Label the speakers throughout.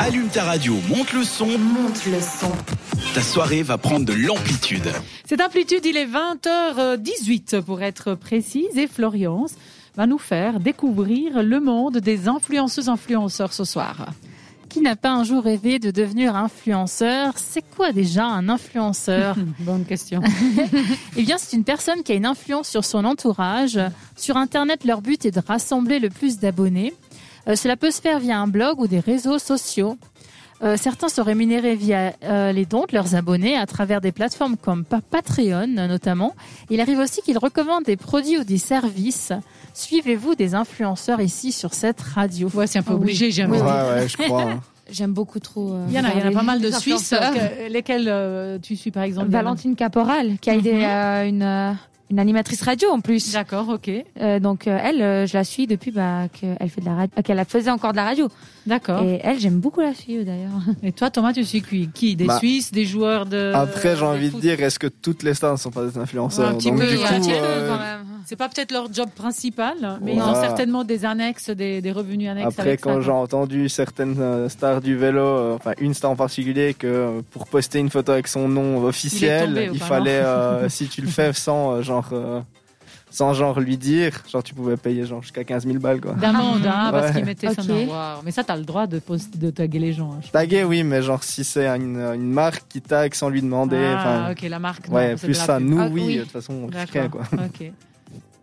Speaker 1: Allume ta radio, monte le son,
Speaker 2: Monte le son.
Speaker 1: ta soirée va prendre de l'amplitude.
Speaker 3: Cette amplitude, il est 20h18 pour être précise et Florian va nous faire découvrir le monde des influenceuses influenceurs ce soir.
Speaker 4: Qui n'a pas un jour rêvé de devenir influenceur C'est quoi déjà un influenceur
Speaker 3: Bonne question.
Speaker 4: Eh bien, c'est une personne qui a une influence sur son entourage. Sur Internet, leur but est de rassembler le plus d'abonnés. Euh, cela peut se faire via un blog ou des réseaux sociaux. Euh, certains sont rémunérés via euh, les dons de leurs abonnés à travers des plateformes comme Pa- Patreon euh, notamment. Il arrive aussi qu'ils recommandent des produits ou des services. Suivez-vous des influenceurs ici sur cette radio
Speaker 3: Ouais, c'est un peu
Speaker 2: Ah oui.
Speaker 3: obligé, j'aime.
Speaker 2: Oui,
Speaker 5: Ouais,
Speaker 2: oui.
Speaker 5: ouais, je crois. hein.
Speaker 2: J'aime beaucoup trop. euh,
Speaker 3: Il y en a, il y en a
Speaker 2: regarder
Speaker 3: pas mal de
Speaker 2: les
Speaker 3: Suisses.
Speaker 2: influenceurs.
Speaker 3: euh, Lesquels euh, tu suis par exemple Diane
Speaker 2: Valentine Caporal, qui a été euh, une, euh, une animatrice radio en plus.
Speaker 3: D'accord, ok.
Speaker 2: Euh, donc euh, elle, euh, je la suis depuis bah, qu'elle fait de la radio, qu'elle faisait encore de la radio.
Speaker 3: D'accord.
Speaker 2: Et elle, j'aime beaucoup la suivre d'ailleurs.
Speaker 3: Et... toi, Thomas, tu suis qui, qui Des
Speaker 5: Bah,
Speaker 3: Suisses, des joueurs de.
Speaker 5: Après, j'ai
Speaker 3: de
Speaker 5: envie de
Speaker 3: foot
Speaker 5: dire, est-ce que toutes les stars ne sont pas des influenceurs
Speaker 3: Euh, Un petit
Speaker 5: Donc,
Speaker 3: peu,
Speaker 5: du
Speaker 3: il y a un
Speaker 5: coup,
Speaker 3: petit peu,
Speaker 5: euh,
Speaker 3: C'est pas peut-être leur job principal, mais ils
Speaker 5: Ouais.
Speaker 3: ont certainement des annexes, des, des revenus annexes.
Speaker 5: Après,
Speaker 3: avec ça,
Speaker 5: quand j'ai
Speaker 3: quoi.
Speaker 5: entendu certaines euh, stars du vélo, euh, enfin une star en particulier, que euh, pour poster une photo avec son nom euh, officiel,
Speaker 3: tombé,
Speaker 5: il,
Speaker 3: ou pas,
Speaker 5: fallait, euh, si tu le fais sans euh, genre, euh, sans genre lui dire, genre tu pouvais payer genre jusqu'à 15 000 balles quoi.
Speaker 3: D'amende, hein, parce
Speaker 5: Ouais.
Speaker 3: qu'ils mettaient ça
Speaker 2: Ok.
Speaker 3: dans Wow. Mais ça, t'as le droit de, post- de taguer les gens. hein, je
Speaker 5: Taguer, oui, mais genre si c'est une, une marque qui tag sans lui demander,
Speaker 3: Ah,
Speaker 5: enfin,
Speaker 3: ok, la marque. non,
Speaker 5: ouais,
Speaker 3: c'est
Speaker 5: plus
Speaker 3: de la
Speaker 5: ça,
Speaker 3: pub.
Speaker 5: nous,
Speaker 2: Ah,
Speaker 5: oui,
Speaker 2: oui.
Speaker 5: de toute façon, on risquait, quoi.
Speaker 3: D'accord. ok.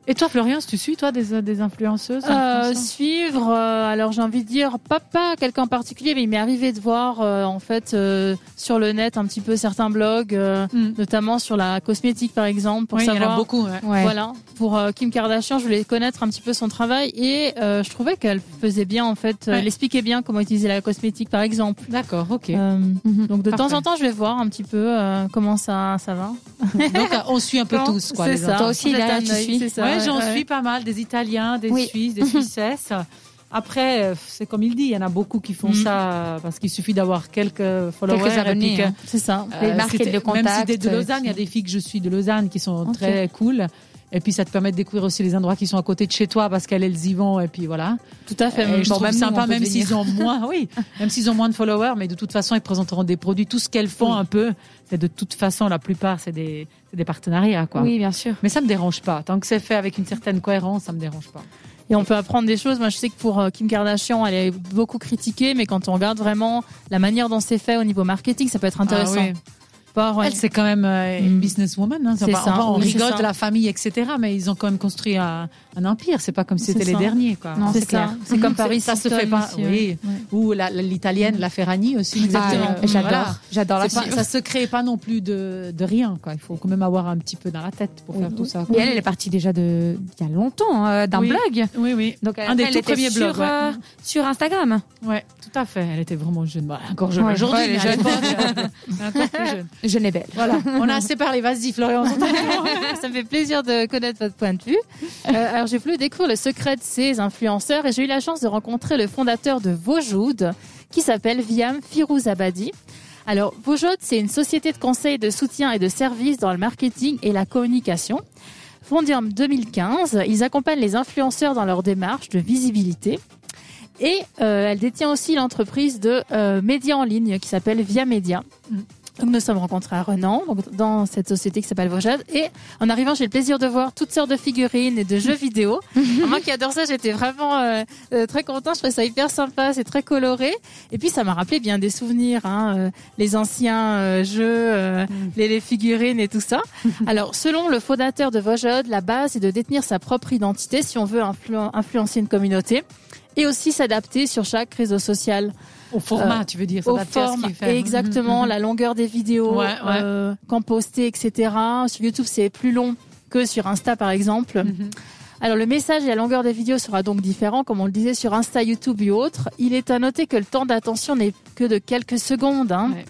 Speaker 3: Et toi, Florian, tu suis, toi, des, euh, des influenceuses
Speaker 4: Euh,
Speaker 3: influenceurs
Speaker 4: suivre, euh, alors j'ai envie de dire pas pas quelqu'un en particulier, mais il m'est arrivé de voir euh, en fait euh, sur le net un petit peu certains blogs, euh,
Speaker 2: Mhm.
Speaker 3: Mm.
Speaker 4: notamment sur la cosmétique par exemple, pour
Speaker 3: Oui, il y en a
Speaker 4: savoir.
Speaker 3: beaucoup. ouais.
Speaker 2: Ouais.
Speaker 4: Voilà, pour euh, Kim Kardashian, je voulais connaître un petit peu son travail et euh, je trouvais qu'elle faisait bien en fait, euh,
Speaker 3: Ouais.
Speaker 4: elle expliquait bien comment utiliser la cosmétique par exemple.
Speaker 3: D'accord, ok.
Speaker 4: Euh,
Speaker 2: Mhm.
Speaker 4: donc de temps en
Speaker 3: Parfait.
Speaker 4: temps, je vais voir un petit peu euh, comment ça ça va.
Speaker 3: Donc, euh, on suit un peu
Speaker 4: Non,
Speaker 3: tous, quoi.
Speaker 4: c'est
Speaker 3: les
Speaker 4: ça.
Speaker 2: Toi aussi,
Speaker 4: Jette
Speaker 2: Léa,
Speaker 4: un
Speaker 2: tu
Speaker 4: œil,
Speaker 2: suis
Speaker 4: c'est ça,
Speaker 3: Ouais,
Speaker 4: ouais,
Speaker 3: j'en
Speaker 4: ouais.
Speaker 3: suis pas mal, des Italiens, des
Speaker 2: Oui.
Speaker 3: Suisses, des Suissesses. Après, euh, c'est comme il dit, il y en a beaucoup qui font
Speaker 4: Mhm.
Speaker 3: ça euh, parce qu'il suffit d'avoir quelques followers. et puis
Speaker 2: abonnés,
Speaker 3: que,
Speaker 2: hein.
Speaker 4: C'est ça.
Speaker 2: Les
Speaker 3: euh,
Speaker 2: marques et
Speaker 3: c'était-
Speaker 2: le
Speaker 3: Même si
Speaker 2: contact,
Speaker 3: t'es de
Speaker 2: euh,
Speaker 3: Lausanne, il y a
Speaker 2: qui-
Speaker 3: des filles que je suis de Lausanne qui sont très cool. Et puis ça te permet de découvrir aussi les endroits qui sont à côté de chez toi parce qu'elles elles y vont et puis voilà.
Speaker 4: Tout à fait.
Speaker 3: Et Euh, je
Speaker 4: Bon,
Speaker 3: trouve
Speaker 4: même nous,
Speaker 3: sympa
Speaker 4: on peut
Speaker 3: même
Speaker 4: devenir-
Speaker 3: s'ils ont moins, oui, même s'ils ont moins de followers, mais de toute façon ils présenteront des produits. Tout ce qu'elles font un peu, c'est de toute façon la plupart c'est des, c'est des partenariats quoi.
Speaker 2: Oui, bien sûr.
Speaker 3: Mais ça me dérange pas. Tant que c'est fait avec une certaine cohérence, ça me dérange pas.
Speaker 4: Et on peut apprendre des choses. Moi, je sais que pour euh, Kim Kardashian, elle est beaucoup critiquée, mais quand on regarde vraiment la manière dont c'est fait au niveau marketing, ça peut être intéressant.
Speaker 3: Ah oui.
Speaker 4: Pas, ouais.
Speaker 3: Elle, c'est quand même euh, une
Speaker 4: Mm.
Speaker 3: businesswoman. Hein.
Speaker 4: C'est
Speaker 3: Enfin,
Speaker 4: ça,
Speaker 3: enfin, on
Speaker 4: oui, c'est
Speaker 3: rigole
Speaker 4: ça.
Speaker 3: de la famille, etc. Mais ils ont quand même construit un, un empire. C'est pas comme si
Speaker 4: C'est
Speaker 3: c'était les
Speaker 4: ça.
Speaker 3: derniers, quoi.
Speaker 2: Non,
Speaker 4: c'est
Speaker 2: c'est
Speaker 4: ça.
Speaker 2: clair.
Speaker 4: C'est comme Paris,
Speaker 3: ça se
Speaker 4: Hilton euh,
Speaker 3: fait pas.
Speaker 4: aussi, ouais.
Speaker 3: Oui. Ou la- la- l'italienne, la Ferrani aussi.
Speaker 4: Exactement.
Speaker 3: Ah,
Speaker 2: Et J'adore.
Speaker 3: voilà.
Speaker 2: J'adore la
Speaker 3: C'est pas- ça se crée pas non plus de, de rien, quoi. Il faut quand même avoir un petit peu dans la tête pour
Speaker 2: Oui.
Speaker 3: faire tout ça.
Speaker 2: Et
Speaker 3: quoi.
Speaker 2: elle, elle est partie déjà de il y a longtemps euh, d'un
Speaker 3: Oui.
Speaker 2: blog.
Speaker 3: Oui, oui.
Speaker 2: Donc
Speaker 3: Un des
Speaker 2: elle
Speaker 3: tout
Speaker 2: était
Speaker 3: premiers
Speaker 2: sur,
Speaker 3: blogs, ouais.
Speaker 2: euh, sur Instagram.
Speaker 3: Ouais, tout à fait. Elle était vraiment jeune. Bah, encore jeune
Speaker 2: Ouais.
Speaker 3: aujourd'hui,
Speaker 2: Ouais, elle
Speaker 3: mais
Speaker 2: est
Speaker 3: à
Speaker 2: jeune.
Speaker 3: l'époque, elle était encore plus jeune.
Speaker 2: Je n'ai belle.
Speaker 3: Voilà. On a assez parlé. Vas-y, Florian.
Speaker 4: Ça me fait plaisir de connaître votre point de vue. Euh, alors, j'ai voulu découvrir le secret de ces influenceurs et j'ai eu la chance de rencontrer le fondateur de Vojoud, qui s'appelle Viam Firouzabadi. Alors, Vojoud, c'est une société de conseil, de soutien et de services dans le marketing et la communication. Fondée en 2015, ils accompagnent les influenceurs dans leur démarche de visibilité. Et euh, elle détient aussi l'entreprise de euh, médias en ligne qui s'appelle Via Media. Donc nous sommes rencontrés à Renan, donc dans cette société qui s'appelle Vojade. Et en arrivant, j'ai eu le plaisir de voir toutes sortes de figurines et de jeux vidéo. Ah, Moi qui adore ça, j'étais vraiment euh, euh, très contente. Je trouvais ça hyper sympa, c'est très coloré. Et puis ça m'a rappelé bien des souvenirs, hein, euh, les anciens euh, jeux, euh, les, les figurines et tout ça. Alors selon le fondateur de Vojade, la base est de détenir sa propre identité si on veut influ- influencer une communauté et aussi s'adapter sur chaque réseau social
Speaker 3: Au format, tu veux dire.
Speaker 4: aux
Speaker 3: s'adapter à ce
Speaker 4: formes,
Speaker 3: qu'il fait. Mm,
Speaker 4: exactement, la longueur des vidéos,
Speaker 3: Ouais, ouais.
Speaker 4: euh, quand poster, etc. Sur YouTube, c'est plus long que sur Insta, par exemple.
Speaker 3: Mhm.
Speaker 4: Alors, le message et la longueur des vidéos sera donc différent, comme on le disait sur Insta, YouTube et autres. Il est à noter que le temps d'attention n'est que de quelques secondes, hein.
Speaker 3: Ouais.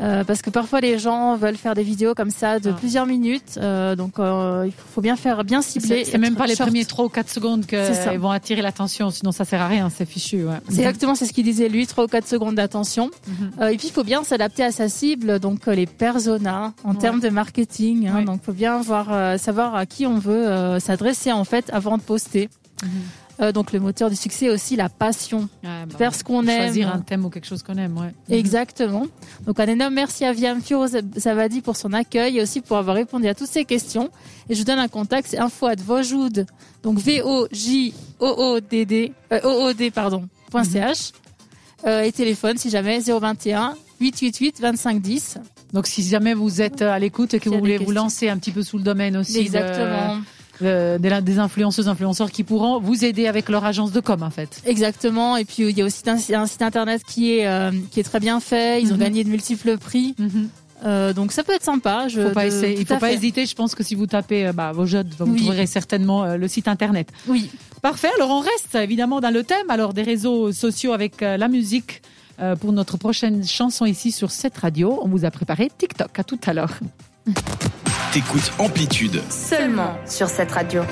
Speaker 4: Euh, parce que parfois les gens veulent faire des vidéos comme ça de
Speaker 3: Ah.
Speaker 4: plusieurs minutes, Euh, donc euh, il faut bien faire, bien cibler.
Speaker 3: C'est c'est même
Speaker 4: être
Speaker 3: pas les
Speaker 4: short.
Speaker 3: premiers 3 ou 4 secondes
Speaker 4: C'est ça.
Speaker 3: qu'ils vont attirer l'attention, sinon ça sert à rien, c'est fichu. Ouais.
Speaker 4: C'est exactement c'est ce qu'il disait lui, 3 ou 4 secondes d'attention.
Speaker 3: Mhm.
Speaker 4: Euh, et puis il faut bien s'adapter à sa cible, donc euh, les personas en
Speaker 3: Ouais.
Speaker 4: termes de marketing. Hein,
Speaker 3: Ouais.
Speaker 4: Donc faut bien voir, euh, savoir à qui on veut euh, s'adresser en fait avant de poster.
Speaker 3: Mhm.
Speaker 4: Euh, donc le moteur du succès est aussi la passion.
Speaker 3: Ouais, bah,
Speaker 4: Faire ce qu'on aime.
Speaker 3: Choisir un thème ou quelque chose qu'on aime, ouais.
Speaker 4: Exactement. Donc un énorme merci à Viam Firoz Zavadi pour son accueil et aussi pour avoir répondu à toutes ces questions. Et je vous donne un contact, c'est info at vojoud, donc V-O-J-O-O-D-D, euh, O-O-D, pardon, point
Speaker 3: Mhm.
Speaker 4: .ch. Euh, et téléphone si jamais 021 888 2510.
Speaker 3: Mm-hmm. Donc, si jamais vous êtes à l'écoute et que
Speaker 4: S'il y
Speaker 3: vous
Speaker 4: a des
Speaker 3: voulez vous
Speaker 4: questions.
Speaker 3: lancer un petit peu sous le domaine aussi de- euh,
Speaker 4: Exactement.
Speaker 3: de- des, des influenceuses, influenceurs qui pourront vous aider avec leur agence de com, en fait.
Speaker 4: Exactement. Et puis il y a aussi un, un site internet qui est euh, qui est très bien fait. Ils ont
Speaker 3: Mhm.
Speaker 4: gagné de multiples prix. Euh, donc ça peut être sympa. Je,
Speaker 3: Faut pas
Speaker 4: Euh, de-
Speaker 3: essayer- Il
Speaker 4: tout
Speaker 3: ne faut
Speaker 4: à
Speaker 3: pas
Speaker 4: fait.
Speaker 3: hésiter. Je pense que si vous tapez euh, bah, vos jeunes, vous
Speaker 4: Oui.
Speaker 3: trouverez certainement euh, le site internet.
Speaker 4: Oui.
Speaker 3: Parfait. Alors, on reste évidemment dans le thème alors des réseaux sociaux avec euh, la musique. euh, pour notre prochaine chanson ici sur cette radio, on vous a préparé TikTok. À tout à l'heure.
Speaker 1: T'écoutes Amplitude.
Speaker 6: Seulement sur cette radio.